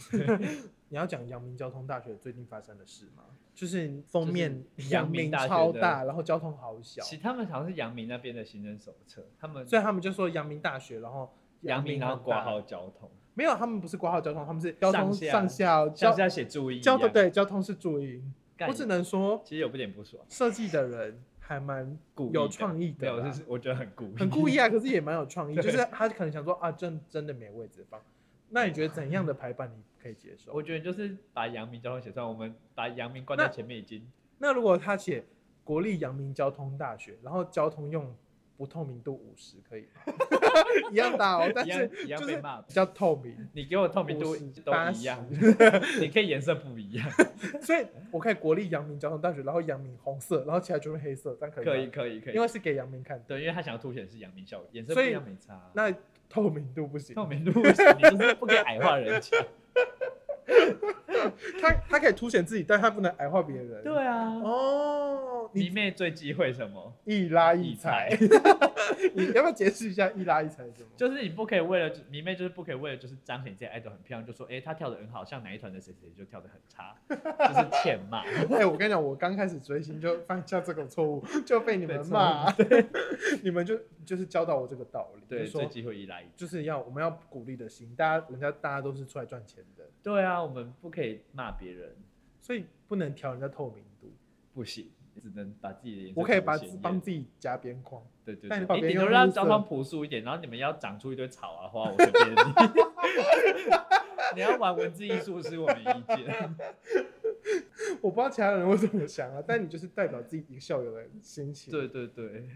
[SPEAKER 1] 你要讲阳明交通大学最近发生的事吗？就是封面
[SPEAKER 2] 就是
[SPEAKER 1] 阳
[SPEAKER 2] 阳明大学
[SPEAKER 1] 超
[SPEAKER 2] 的
[SPEAKER 1] 大，然后交通好小，
[SPEAKER 2] 其实他们好像是阳明那边的行政手册，他们
[SPEAKER 1] 所以他们就说阳明大学，然后
[SPEAKER 2] 阳
[SPEAKER 1] 明
[SPEAKER 2] 明然后
[SPEAKER 1] 很
[SPEAKER 2] 挂
[SPEAKER 1] 大
[SPEAKER 2] 号交通，
[SPEAKER 1] 没有，他们不是挂号交通，他们是交通
[SPEAKER 2] 上下
[SPEAKER 1] 上下哦
[SPEAKER 2] 像
[SPEAKER 1] 交
[SPEAKER 2] 是要写注意一
[SPEAKER 1] 交
[SPEAKER 2] 样。
[SPEAKER 1] 通，对交通是注音。
[SPEAKER 2] 干
[SPEAKER 1] 我只能说，
[SPEAKER 2] 其实有不点不爽，
[SPEAKER 1] 设计的人还蛮
[SPEAKER 2] 故意
[SPEAKER 1] 有
[SPEAKER 2] 的
[SPEAKER 1] 创意的
[SPEAKER 2] 没有，
[SPEAKER 1] 啦，
[SPEAKER 2] 就是我觉得很故意，
[SPEAKER 1] 很故意啊，可 是也蛮有创意。
[SPEAKER 2] 对
[SPEAKER 1] 就是他可能想说啊，真真的没位置放。那你觉得怎样的排版你可以接受
[SPEAKER 2] 我？觉得就是把阳明交通写上，我们把阳明挂在前面已经
[SPEAKER 1] 那如果他写国立阳明交通大学，然后交通用不透明度五十可以吗？ 一样大哦，但
[SPEAKER 2] 一样
[SPEAKER 1] 是
[SPEAKER 2] 一样
[SPEAKER 1] 就
[SPEAKER 2] 被
[SPEAKER 1] 是
[SPEAKER 2] 骂。
[SPEAKER 1] 比较透明，
[SPEAKER 2] 你给我透明度
[SPEAKER 1] 50
[SPEAKER 2] 都一样， 你可以颜色不一样，
[SPEAKER 1] 所以我可以国立阳明交通大学，然后阳明红色，然后其他全部黑色，这样可以吗
[SPEAKER 2] 可以可以可以
[SPEAKER 1] 啊因，为是给阳明看的，
[SPEAKER 2] 对，因为他想要凸显是阳明效应，颜色不
[SPEAKER 1] 所以
[SPEAKER 2] 一样没差啊。
[SPEAKER 1] 那透明度不行。
[SPEAKER 2] 透明度不行，你就是不可以矮化人 家。
[SPEAKER 1] 他他可以凸显自己，但他不能矮化别人。
[SPEAKER 2] 对啊，
[SPEAKER 1] 哦，
[SPEAKER 2] 迷
[SPEAKER 1] 你
[SPEAKER 2] 妹最忌讳什 么？
[SPEAKER 1] 一拉一
[SPEAKER 2] 异
[SPEAKER 1] 踩， 你要不要解释一下一拉一踩是什么？
[SPEAKER 2] 就是你不可以为了迷妹，就是不可以为了就是彰显自己爱豆很漂亮，就说哎、她跳的很好，像哪一团的谁谁就跳的很差， 就是欠骂。
[SPEAKER 1] 哎、我跟你讲，我刚开始追星就犯下这种错误， 就被你们骂， 你们就就是教导我这个道理，
[SPEAKER 2] 对，
[SPEAKER 1] 就
[SPEAKER 2] 最
[SPEAKER 1] 说
[SPEAKER 2] 忌讳依赖依赖。
[SPEAKER 1] 就是要我们要鼓励的心，大家人家大家都是出来赚钱的，
[SPEAKER 2] 对啊，我们不可以骂别人，
[SPEAKER 1] 所以不能调人家透明度。
[SPEAKER 2] 不行，只能把自己的颜色
[SPEAKER 1] 我可以把
[SPEAKER 2] 凸显
[SPEAKER 1] 自帮自己加边框，
[SPEAKER 2] 对对
[SPEAKER 1] 但
[SPEAKER 2] 对，
[SPEAKER 1] 你把
[SPEAKER 2] 你
[SPEAKER 1] 别人
[SPEAKER 2] 顶多
[SPEAKER 1] 用
[SPEAKER 2] 让
[SPEAKER 1] 绿色
[SPEAKER 2] 交通朴素一点，然后你们要长出一堆草啊花，我随便你。 你要玩文字艺术是我们意 见，
[SPEAKER 1] 我不知道其他人会怎么想啊，但你就是代表自己一个校友的心情。
[SPEAKER 2] 对对对。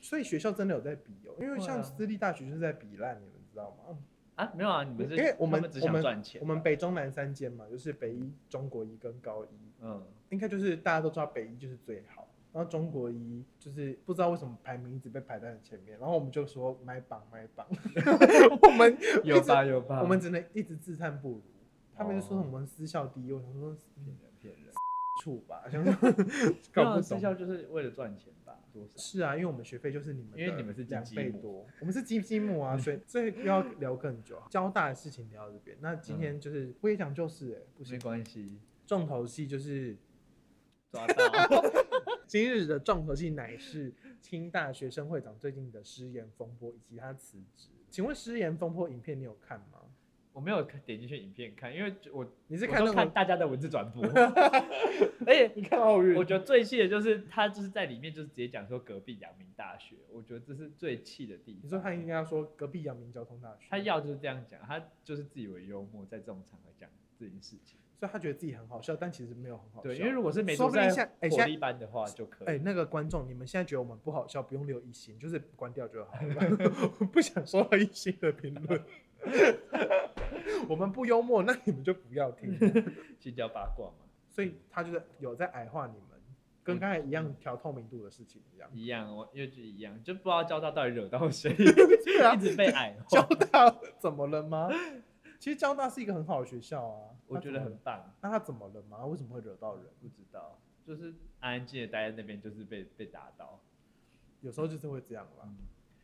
[SPEAKER 1] 所以学校真的有在比哦，因为
[SPEAKER 2] 会啊
[SPEAKER 1] 像私立大学就是在比烂，你们知道吗？
[SPEAKER 2] 啊，没有啊，你们是
[SPEAKER 1] 因为我
[SPEAKER 2] 他
[SPEAKER 1] 们
[SPEAKER 2] 只
[SPEAKER 1] 我
[SPEAKER 2] 想
[SPEAKER 1] 们
[SPEAKER 2] 赚钱啊，
[SPEAKER 1] 我们北中南三间嘛，就是北一、中国一跟高一，
[SPEAKER 2] 嗯，
[SPEAKER 1] 应该就是大家都知道北一就是最好，然后中国一就是不知道为什么排名一直被排在很前面，然后我们就说买榜买榜，我们
[SPEAKER 2] 有
[SPEAKER 1] 一直
[SPEAKER 2] 吧有吧，
[SPEAKER 1] 我们只能一直自叹不如。他们就说什么私校第一，我想说嗯
[SPEAKER 2] 骗人骗人，
[SPEAKER 1] 处吧，想说 搞
[SPEAKER 2] 没有
[SPEAKER 1] 不
[SPEAKER 2] 私
[SPEAKER 1] 懂。
[SPEAKER 2] 校就是为了赚钱吧，多少？
[SPEAKER 1] 是啊，因为我们学费就是你们的
[SPEAKER 2] 因为你们是金
[SPEAKER 1] 两
[SPEAKER 2] 鸡
[SPEAKER 1] 倍
[SPEAKER 2] 母
[SPEAKER 1] 多，我们是基金母 啊，所以这个要聊更久。啊交大的事情聊到这边，那今天就是、我也讲就是哎、不
[SPEAKER 2] 嗯没
[SPEAKER 1] 行，
[SPEAKER 2] 关系，
[SPEAKER 1] 重头戏就是
[SPEAKER 2] 抓到
[SPEAKER 1] 今日的重头戏乃是清大学生会长最近的失言风波以及他辞职。请问失言风波影片你有看吗？
[SPEAKER 2] 我没有看点进去影片看，因为我
[SPEAKER 1] 你是
[SPEAKER 2] 我
[SPEAKER 1] 看
[SPEAKER 2] 都
[SPEAKER 1] 那
[SPEAKER 2] 看
[SPEAKER 1] 种
[SPEAKER 2] 大家的文字转 播，而且
[SPEAKER 1] 你看奥运
[SPEAKER 2] 我觉得最气的就是他就是在里面就是直接讲说隔壁阳明大学，我觉得这是最气的地方。
[SPEAKER 1] 你说他应该要说隔壁阳明交通大学，
[SPEAKER 2] 他要就是这样讲，他就是自以为幽默，在这种场合讲这件事情。
[SPEAKER 1] 所以他觉得自己很好笑，但其实没有很好笑。
[SPEAKER 2] 对，因为如果是美
[SPEAKER 1] 说
[SPEAKER 2] 都
[SPEAKER 1] 不定
[SPEAKER 2] 在
[SPEAKER 1] 现哎
[SPEAKER 2] 火
[SPEAKER 1] 现
[SPEAKER 2] 力班的话就可以。
[SPEAKER 1] 哎、那个观众，你们现在觉得我们不好笑，不用留一星，就是关掉就好了。 我不想收到一星的评论。 我们不幽默，那你们就不要听。
[SPEAKER 2] 去教八卦嘛，
[SPEAKER 1] 所以他就是有在矮化你们，跟刚才一
[SPEAKER 2] 嗯
[SPEAKER 1] 样调透明度的事情一样。
[SPEAKER 2] 一样，我又就一样，就不知道交大到底惹到谁，
[SPEAKER 1] 对啊
[SPEAKER 2] 一，直 被矮
[SPEAKER 1] 交
[SPEAKER 2] 化，
[SPEAKER 1] 大怎么了吗？其实交大是一个很好的学校啊，
[SPEAKER 2] 我觉得
[SPEAKER 1] 那怎么
[SPEAKER 2] 很
[SPEAKER 1] 了。
[SPEAKER 2] 棒。
[SPEAKER 1] 那他怎么了吗？为什么会惹到人？
[SPEAKER 2] 不知道，就是安安静静地待在那边，就是被被打到。
[SPEAKER 1] 有时候就是会这样啦。
[SPEAKER 2] 嗯，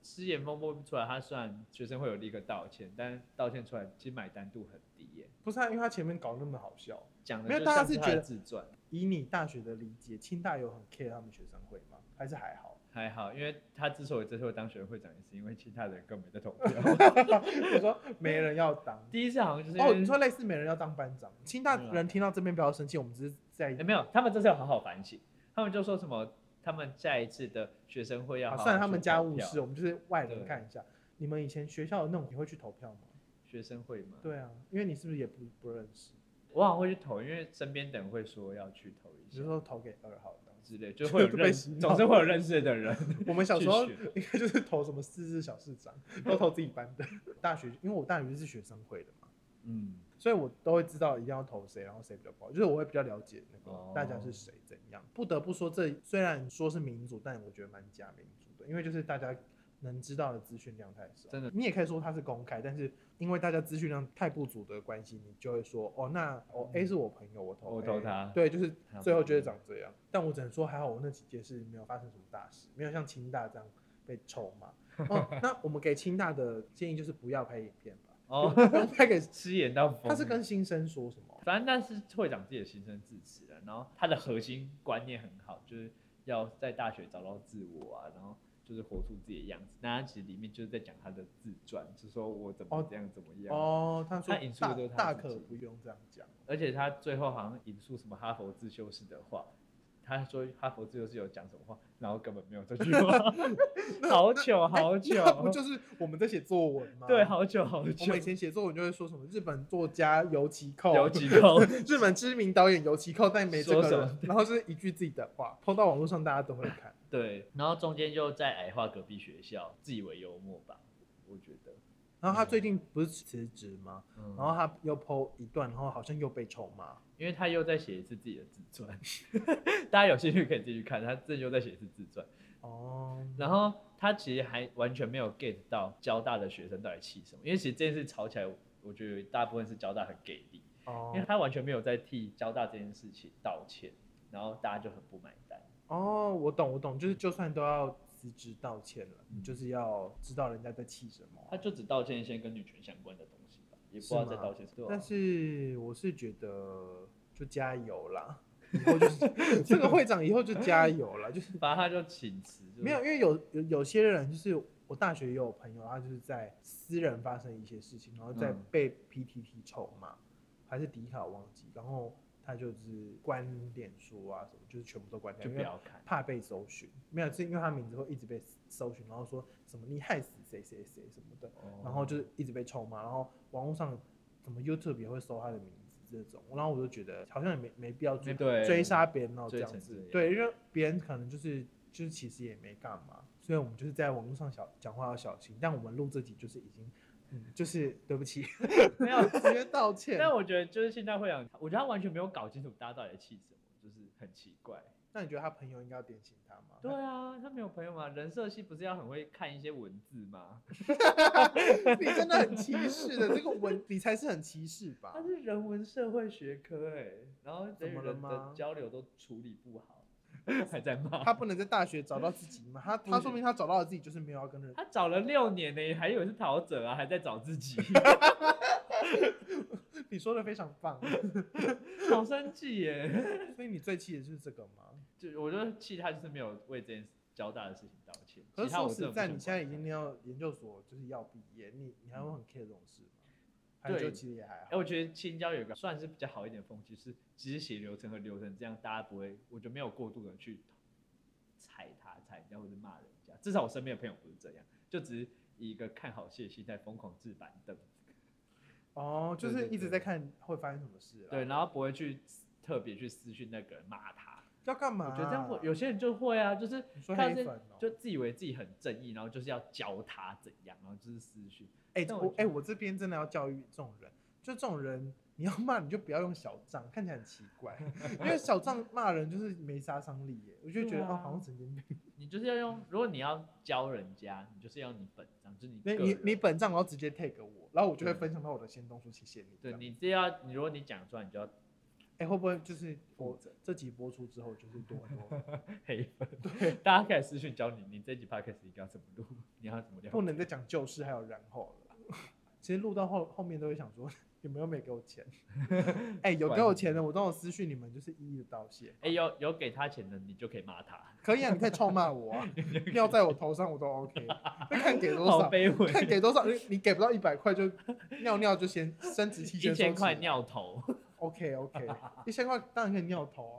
[SPEAKER 2] 失言风波出来，他虽然学生会有立刻道歉，但道歉出来其实买单度很低耶。
[SPEAKER 1] 不是、啊，因为他前面搞那么好笑，
[SPEAKER 2] 讲的
[SPEAKER 1] 没有
[SPEAKER 2] 就
[SPEAKER 1] 大家
[SPEAKER 2] 像
[SPEAKER 1] 是
[SPEAKER 2] 他
[SPEAKER 1] 觉
[SPEAKER 2] 的
[SPEAKER 1] 得
[SPEAKER 2] 自传
[SPEAKER 1] 以你大学的理解，清大有很 care 他们学生会吗？还是还 好？
[SPEAKER 2] 还好，因为他之所以这次会当学生会长，也是因为其他人根本没在投 票。
[SPEAKER 1] 你说没人要当
[SPEAKER 2] 第一次好像就是因为
[SPEAKER 1] 哦，你说类似没人要当班长，清大
[SPEAKER 2] 嗯没有啊
[SPEAKER 1] 人听到这边不要生气，我们只是在
[SPEAKER 2] 欸、没有，他们这次要好好反省，他们就说什么，他们下一次的学生会要好
[SPEAKER 1] 啊
[SPEAKER 2] 好
[SPEAKER 1] 算他们
[SPEAKER 2] 去
[SPEAKER 1] 家
[SPEAKER 2] 投
[SPEAKER 1] 务
[SPEAKER 2] 票
[SPEAKER 1] 事，我哦们就是外人
[SPEAKER 2] 对嗯
[SPEAKER 1] 看一下。你们以前学校的那种，你会去投票吗？
[SPEAKER 2] 学生会嘛。，
[SPEAKER 1] 对啊，因为你是不是也不不认识？
[SPEAKER 2] 我好像会去投，因为身边的人会说要去投一
[SPEAKER 1] 你就
[SPEAKER 2] 下
[SPEAKER 1] 说投给二号这样
[SPEAKER 2] 之类，就会 有
[SPEAKER 1] 就被
[SPEAKER 2] 认，
[SPEAKER 1] 洗脑
[SPEAKER 2] 总是会有认识的人。
[SPEAKER 1] 我们小时候
[SPEAKER 2] 去选
[SPEAKER 1] 应该就是投什么四日小市长，都投自己班的。 大学因为我大学是学生会的嘛，
[SPEAKER 2] 嗯，
[SPEAKER 1] 所以我都会知道一定要投谁，然后谁比较不好，就是我会比较了解那
[SPEAKER 2] 哦
[SPEAKER 1] 个大家是谁怎样。不得不说，这虽然说是民主，但我觉得蛮假民主的，因为就是大家能知道的资讯量太少。
[SPEAKER 2] 真的，
[SPEAKER 1] 你也可以说它是公开，但是因为大家资讯量太不足的关系，你就会说哦，那哦 A 是我朋友，我投
[SPEAKER 2] 嗯我
[SPEAKER 1] A
[SPEAKER 2] 投他
[SPEAKER 1] 对，就是
[SPEAKER 2] 他
[SPEAKER 1] 最后
[SPEAKER 2] 不
[SPEAKER 1] 就会
[SPEAKER 2] 投
[SPEAKER 1] 长这样。但我只能说，还好我那几届是没有发生什么大事，没有像清大这样被臭骂。哦， 那我们给清大的建议就是不要拍影片吧，
[SPEAKER 2] 哦，
[SPEAKER 1] 不要拍给
[SPEAKER 2] 失言到疯。
[SPEAKER 1] 他是跟新生说什么？
[SPEAKER 2] 反正那是会长自己的心声致辞了，然后他的核心观念很好，就是要在大学找到自我啊，然后就是活出自己的样子。那他其实里面就是在讲他的自传，就说我怎么
[SPEAKER 1] 哦
[SPEAKER 2] 这样怎么样，
[SPEAKER 1] 哦，他说
[SPEAKER 2] 他引述的
[SPEAKER 1] 大
[SPEAKER 2] 都是他
[SPEAKER 1] 大
[SPEAKER 2] 自
[SPEAKER 1] 可
[SPEAKER 2] 己
[SPEAKER 1] 不用这样 讲。
[SPEAKER 2] 而且他最后好像引述什么哈佛自修室的话，他说哈佛自修室有讲什么话，然后根本没有这句话， 好糗好糗
[SPEAKER 1] 那，不就是我们在写作文吗？
[SPEAKER 2] 对，好糗好
[SPEAKER 1] 我
[SPEAKER 2] 糗
[SPEAKER 1] 们以，前写作文就会说什么日本作家尤其寇，
[SPEAKER 2] 有几口
[SPEAKER 1] 日本知名导演尤其寇，但没这
[SPEAKER 2] 说
[SPEAKER 1] 个
[SPEAKER 2] 什
[SPEAKER 1] 人，然后是一句自己的话，抛到网络上大家都会看。
[SPEAKER 2] 对，然后中间就在矮化隔壁学校，自以为幽默吧，我觉得，
[SPEAKER 1] 然后他最近不是辞职吗？
[SPEAKER 2] 嗯
[SPEAKER 1] 然后他又抛一段，然后好像又被臭骂。
[SPEAKER 2] 因为他又在写一次自己的自传， 大家有兴趣可以继续看，他这又在写一次自传，
[SPEAKER 1] 哦，
[SPEAKER 2] 然后他其实还完全没有 get 到交大的学生到底气什么，因为其实这件事吵起来，我觉得大部分是交大很给力，因为
[SPEAKER 1] 哦，
[SPEAKER 2] 他完全没有在替交大这件事情道歉，然后大家就很不买单。
[SPEAKER 1] 哦，我懂，我懂，就是就算都要辞职道歉了，
[SPEAKER 2] 嗯
[SPEAKER 1] 你就是要知道人家在气什么。
[SPEAKER 2] 他就只道歉一些跟女权相关的东西吧，也不知道在道歉什么。
[SPEAKER 1] 但是我是觉得就加油 啦，以后就是这个会长以后就加油啦，就是
[SPEAKER 2] 反正他就请辞，就是
[SPEAKER 1] 没有，因为有有有些人就是我大学也有朋友，他就是在私人发生一些事情，然后再
[SPEAKER 2] 嗯
[SPEAKER 1] 被 PTT 臭骂，还是迪卡我忘记，然后他就是关脸书啊什么，就是全部都关掉，
[SPEAKER 2] 就
[SPEAKER 1] 因
[SPEAKER 2] 不
[SPEAKER 1] 为
[SPEAKER 2] 要看。
[SPEAKER 1] 怕被搜寻。没有，是因为他名字会一直被搜寻，然后说什么你害死谁谁谁什么的，然后就是一直被臭骂，然后网络上什么 YouTube 也会搜他的名字这种，然后我就觉得好像也没没必要追
[SPEAKER 2] 对
[SPEAKER 1] 追 杀别人哦这
[SPEAKER 2] 追
[SPEAKER 1] 样
[SPEAKER 2] 成
[SPEAKER 1] 子
[SPEAKER 2] 这样，
[SPEAKER 1] 对，因为别人可能就是就是其实也没干嘛，所以我们就是在网络上小讲话要小心，但我们录这集就是已经。嗯，就是对不起，
[SPEAKER 2] 没 有。
[SPEAKER 1] 直接道歉。
[SPEAKER 2] 但我觉得就是现在会长，我觉得他完全没有搞清楚大家到底在气什么，就是很奇怪。
[SPEAKER 1] 那你觉得他朋友应该要点醒他吗？
[SPEAKER 2] 对啊，他没有朋友吗？人设系不是要很会看一些文字吗？
[SPEAKER 1] 你真的很歧视的，这个文你才是很歧视吧？
[SPEAKER 2] 他是人文社会学科哎、然后
[SPEAKER 1] 怎
[SPEAKER 2] 人与
[SPEAKER 1] 么了
[SPEAKER 2] 人的
[SPEAKER 1] 吗
[SPEAKER 2] 交流都处理不好， 还在骂。
[SPEAKER 1] 他不能在大学找到自己吗？他他
[SPEAKER 2] 行
[SPEAKER 1] 说明他找到了自己，就是没有要跟人。
[SPEAKER 2] 他找了六年呢、还以为是陶喆啊，还在找自 己，
[SPEAKER 1] 你说的非常棒，
[SPEAKER 2] 好生气耶、
[SPEAKER 1] 所以你最气的就是这个吗？
[SPEAKER 2] 就我就气他就是没有为这件事交大的事情道歉。
[SPEAKER 1] 可是
[SPEAKER 2] 其他
[SPEAKER 1] 说
[SPEAKER 2] 我真的
[SPEAKER 1] 实
[SPEAKER 2] 不
[SPEAKER 1] 在，
[SPEAKER 2] 想
[SPEAKER 1] 你现在已
[SPEAKER 2] 管
[SPEAKER 1] 经
[SPEAKER 2] 他……
[SPEAKER 1] 要研究所就是要毕业，你你还会很 care 这种事吗？还
[SPEAKER 2] 嗯对
[SPEAKER 1] 是就其实也还
[SPEAKER 2] 哎、
[SPEAKER 1] 好。
[SPEAKER 2] 我觉得青椒有一个算是比较好一点的风气，是只是写流程和流程，这样大家不会，我就没有过度的去踩他、踩人家或者骂人家。至少我身边的朋友不是这样，就只是以一个看好戏的心态疯狂制板凳。
[SPEAKER 1] 哦，就
[SPEAKER 2] 对
[SPEAKER 1] 是
[SPEAKER 2] 对对
[SPEAKER 1] 一直在看会发生什么事啦。啊
[SPEAKER 2] 对，，然后不会去特别去私讯那个人骂他。
[SPEAKER 1] 要干嘛？啊
[SPEAKER 2] 我觉得这样会有些人就会啊，就是
[SPEAKER 1] 你说
[SPEAKER 2] 他
[SPEAKER 1] 黑
[SPEAKER 2] 是
[SPEAKER 1] 粉哦
[SPEAKER 2] 就自以为自己很正义，然后就是要教他怎样，然后就是私讯。
[SPEAKER 1] 哎、
[SPEAKER 2] 但我
[SPEAKER 1] 我
[SPEAKER 2] 觉
[SPEAKER 1] 哎、
[SPEAKER 2] 得
[SPEAKER 1] 我这边真的要教育这种人，就这种人，你要骂你就不要用小账，看起来很奇怪， 因为小账骂人就是没杀伤力耶，我就觉得、
[SPEAKER 2] 对啊
[SPEAKER 1] 哦，好像神经病。
[SPEAKER 2] 你就是要用，如果你要教人家，你就是要你本章，就是你
[SPEAKER 1] 那
[SPEAKER 2] 个
[SPEAKER 1] 你
[SPEAKER 2] 人
[SPEAKER 1] 你本账然后直接 take 我，然后我就会
[SPEAKER 2] 对
[SPEAKER 1] 分享到我的先动书，谢谢你。这
[SPEAKER 2] 对
[SPEAKER 1] 样
[SPEAKER 2] 你这要，你如果你讲出来，你就要
[SPEAKER 1] 哎、会不会就是
[SPEAKER 2] 负
[SPEAKER 1] 我
[SPEAKER 2] 责
[SPEAKER 1] 这集播出之后就是多很多，
[SPEAKER 2] 黑粉。 对，大家可以私讯教你，你这集 podcast 应该要怎么录，你要怎么聊。
[SPEAKER 1] 不能再讲旧事还有然后了。 其实录到后后面都会想说，有没有没给我 钱？哎、有给我钱的，我都有私讯你们，就是一一的道谢。
[SPEAKER 2] 哎、有有给他钱的，你就可以骂他，
[SPEAKER 1] 可以啊，你可以臭骂我、啊， 要在我头上我都 OK。那看给多
[SPEAKER 2] 好
[SPEAKER 1] 少，
[SPEAKER 2] 卑
[SPEAKER 1] 啊看
[SPEAKER 2] 微。
[SPEAKER 1] 给多少，你你给不到一百块就尿尿就先生啊殖器
[SPEAKER 2] 一
[SPEAKER 1] 先
[SPEAKER 2] 千
[SPEAKER 1] 收
[SPEAKER 2] 块
[SPEAKER 1] 起
[SPEAKER 2] 尿头，
[SPEAKER 1] ，OK OK，一千块当然可以尿头啊。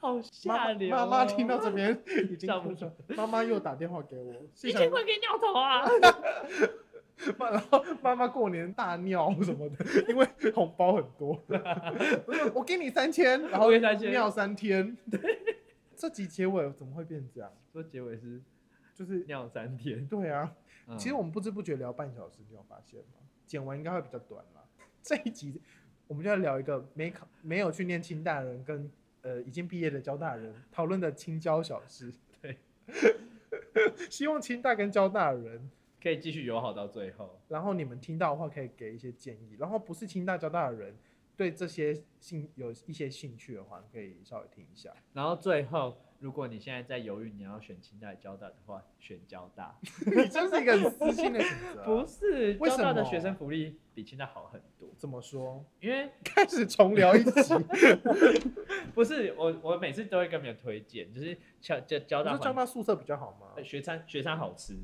[SPEAKER 2] 好下流、
[SPEAKER 1] 妈
[SPEAKER 2] 哦。
[SPEAKER 1] 妈妈听到这边已经
[SPEAKER 2] 笑
[SPEAKER 1] 哭
[SPEAKER 2] 不
[SPEAKER 1] 了，妈妈又打电话给我，
[SPEAKER 2] 一
[SPEAKER 1] 心想
[SPEAKER 2] 千块给尿头啊！
[SPEAKER 1] 妈然后妈妈过年大尿什么的， 因为红包很 多，我就我给你三千，然后
[SPEAKER 2] 我给三千
[SPEAKER 1] 尿三天。对，这集结尾怎么会变这样？
[SPEAKER 2] 说结尾是
[SPEAKER 1] 就是
[SPEAKER 2] 尿三天。
[SPEAKER 1] 对啊，
[SPEAKER 2] 嗯
[SPEAKER 1] 其实我们不知不觉聊半小时，你有发现吗？剪完应该会比较短啦。这一集我们就要聊一个没考没有去念清大的人跟呃已经毕业的交大人讨论的清交小事。
[SPEAKER 2] 对，
[SPEAKER 1] 希望清大跟交大人
[SPEAKER 2] 可以继续友好到最后。
[SPEAKER 1] 然后你们听到的话可以给一些建议，然后不是清大交大的人对这些兴有一些兴趣的话，可以稍微听一下。
[SPEAKER 2] 然后最后，如果你现在在犹豫你要选清大交大的话，选交大。
[SPEAKER 1] 你就是一个很私心的选择啊、
[SPEAKER 2] 不是，
[SPEAKER 1] 为
[SPEAKER 2] 交大的
[SPEAKER 1] 什么
[SPEAKER 2] 学生福利比清大好很多，
[SPEAKER 1] 怎么说？
[SPEAKER 2] 因为
[SPEAKER 1] 开始重聊 一集，
[SPEAKER 2] 不是我我每次都会跟别人推荐，就是交交交
[SPEAKER 1] 我
[SPEAKER 2] 大
[SPEAKER 1] 说交
[SPEAKER 2] 环
[SPEAKER 1] 大宿舍比较好 吗？
[SPEAKER 2] 学餐学餐好吃，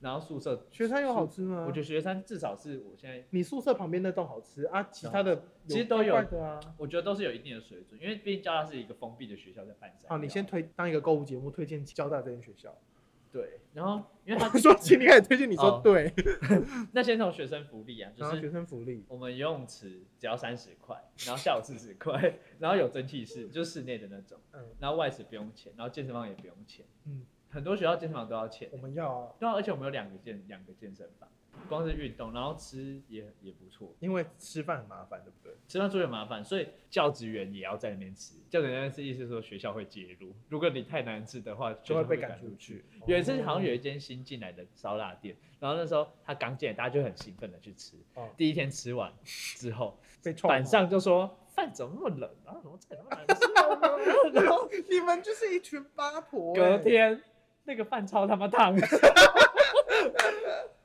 [SPEAKER 2] 然后宿舍
[SPEAKER 1] 学餐有好吃吗？
[SPEAKER 2] 我觉得学餐至少是我现在
[SPEAKER 1] 你宿舍旁边那栋好吃啊，其他的
[SPEAKER 2] 其实都有
[SPEAKER 1] 怪怪的啊。
[SPEAKER 2] 我觉得都是有一定的水准，因为毕竟交大是一个封闭的学校，在半山腰。
[SPEAKER 1] 好，哦你先推当一个购物节目推荐交大这间学 校。
[SPEAKER 2] 对，然后因为他
[SPEAKER 1] 我说，请你开始推荐，你说
[SPEAKER 2] 哦
[SPEAKER 1] 对，
[SPEAKER 2] 那先从学生福利啊，就
[SPEAKER 1] 然后
[SPEAKER 2] 是
[SPEAKER 1] 学生福利，
[SPEAKER 2] 我们游泳池只要三十块，然后下午四十块， 然后有蒸汽室，就是室内的那种，
[SPEAKER 1] 嗯
[SPEAKER 2] 然后外食不用钱，然后健身房也不用钱。
[SPEAKER 1] 嗯，
[SPEAKER 2] 很多学校健身房都要钱
[SPEAKER 1] 我，们要啊，
[SPEAKER 2] 对啊、而且我们有两个健两个健身房，光是运动，然后吃也也不错，
[SPEAKER 1] 因为吃饭很麻烦，对不对？
[SPEAKER 2] 吃饭做也麻烦，所以教职员也要在那边吃。教职员那边吃意思是说学校会介入，如果你太难吃的话，
[SPEAKER 1] 就会被
[SPEAKER 2] 学校
[SPEAKER 1] 赶出。去。哦
[SPEAKER 2] 有一次好像有一间新进来的烧腊店，然后那时候他刚进来，大家就很兴奋的去吃。
[SPEAKER 1] 哦
[SPEAKER 2] 第一天吃完之后，
[SPEAKER 1] 被臭骂
[SPEAKER 2] 晚上就说饭怎么那么冷啊，怎么菜那么难吃 啊、然后
[SPEAKER 1] 你们就是一群八婆、欸
[SPEAKER 2] 隔，天那个饭超他妈烫，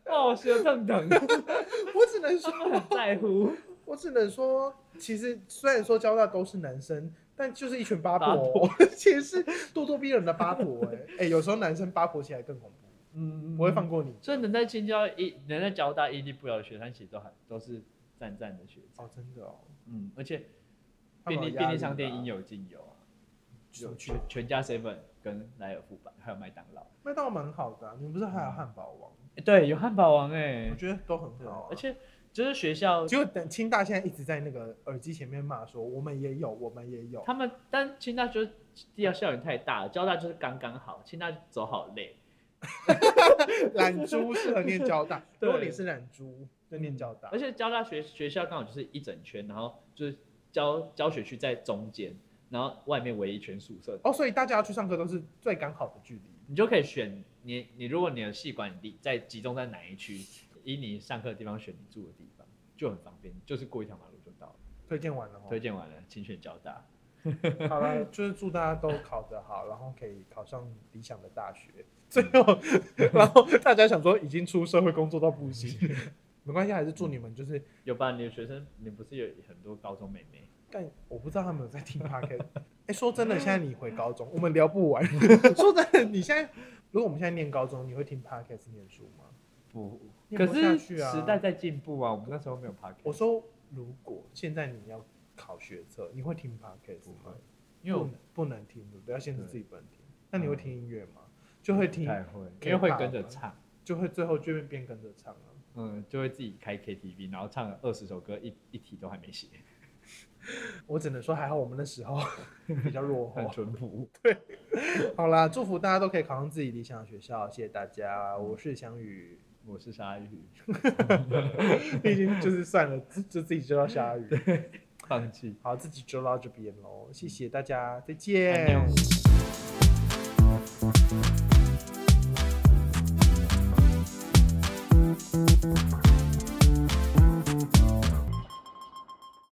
[SPEAKER 2] 哦，舌疼疼。
[SPEAKER 1] 我只能
[SPEAKER 2] 他
[SPEAKER 1] 说，
[SPEAKER 2] 们 很在乎
[SPEAKER 1] 我只能说，其实虽然说交大都是男生，但就是一群八
[SPEAKER 2] 八
[SPEAKER 1] 婆，哦 其实是咄咄逼人的八婆、 哎哎、有时候男生八婆起来更恐怖，
[SPEAKER 2] 嗯
[SPEAKER 1] 不会放。过你。
[SPEAKER 2] 所以能在青交一能在交大屹立不摇的学生，其实都还都是赞赞的学生。
[SPEAKER 1] 哦，真的哦，
[SPEAKER 2] 嗯，而且
[SPEAKER 1] 他们
[SPEAKER 2] 便
[SPEAKER 1] 有
[SPEAKER 2] 利
[SPEAKER 1] 压力
[SPEAKER 2] 便利商店
[SPEAKER 1] 吧
[SPEAKER 2] 应有尽有啊，
[SPEAKER 1] 有趣
[SPEAKER 2] 全。全家 seven 跟莱尔富吧，还有麦当劳。
[SPEAKER 1] 麦当劳蛮好的啊、你们不是还有汉堡王？
[SPEAKER 2] 诶对，有汉堡王哎、
[SPEAKER 1] 我觉得都很
[SPEAKER 2] 对
[SPEAKER 1] 好、啊，
[SPEAKER 2] 而。且就是学校
[SPEAKER 1] 结果等清大现在一直在那个耳机前面骂说我们也有，我们也有，
[SPEAKER 2] 他们，但清大就是地下校园太大了，交大就是刚刚好，清大走好累。
[SPEAKER 1] 懒猪适合念交大，
[SPEAKER 2] 对
[SPEAKER 1] 如果你是懒猪就念交大
[SPEAKER 2] 而。且交大学学校刚好就是一整圈，然后就是教教学区在中间，然后外面围一圈宿舍，
[SPEAKER 1] 哦，所以大家要去上课都是最刚好的距离。
[SPEAKER 2] 你就可以选你你如果你的系管理在集中在哪一区，以你上课的地方选你住的地方，就很方便，就是过一条马路就到了。
[SPEAKER 1] 推荐完了哈，哦
[SPEAKER 2] 推荐完了，请选交大。
[SPEAKER 1] 好了，就是祝大家都考得好，然后可以考上理想的大学。最
[SPEAKER 2] 嗯
[SPEAKER 1] 后，然后大家想说已经出社会工作到不 行，没关系，还是祝你们就是，
[SPEAKER 2] 有吧？你的学生，你不是有很多高中妹妹？
[SPEAKER 1] 但我不知道他们有在听 p o d c a s 哎，说真的，现在你回高中，我们聊不 完。说真的，你现在如果我们现在念高中，你会听 p o d c a s 念书吗？
[SPEAKER 2] 不，
[SPEAKER 1] 念
[SPEAKER 2] 可
[SPEAKER 1] 不下
[SPEAKER 2] 是
[SPEAKER 1] 去啊
[SPEAKER 2] 时代在进步啊，我们那时候没有 p o d
[SPEAKER 1] 我说，如果现在你要考学测，你会听 p o d c a s
[SPEAKER 2] 不
[SPEAKER 1] 吗
[SPEAKER 2] 会？因为我
[SPEAKER 1] 不不能听，对不对？要限制自己不能听。那你会听音乐吗？就
[SPEAKER 2] 就
[SPEAKER 1] 会听，
[SPEAKER 2] 嗯太会，
[SPEAKER 1] K-pop
[SPEAKER 2] 因为会跟着唱。
[SPEAKER 1] 就会最后就会变跟着唱啊。
[SPEAKER 2] 嗯，就会自己开 KTV，然后唱了二十首歌，一一题都还没写，
[SPEAKER 1] 我只能说还好我们那 时候比较落
[SPEAKER 2] 很
[SPEAKER 1] 后。
[SPEAKER 2] 淳朴。
[SPEAKER 1] 好啦，祝福大家都可以考上自己理想的学校，谢谢大家，
[SPEAKER 2] 嗯
[SPEAKER 1] 我是翔宇。
[SPEAKER 2] 我是鲨鱼，
[SPEAKER 1] 毕竟就是算了，自就自己知道鲨鱼。
[SPEAKER 2] 放弃。
[SPEAKER 1] 好，自己就到这边喽，谢谢大家，再见。
[SPEAKER 2] 安妞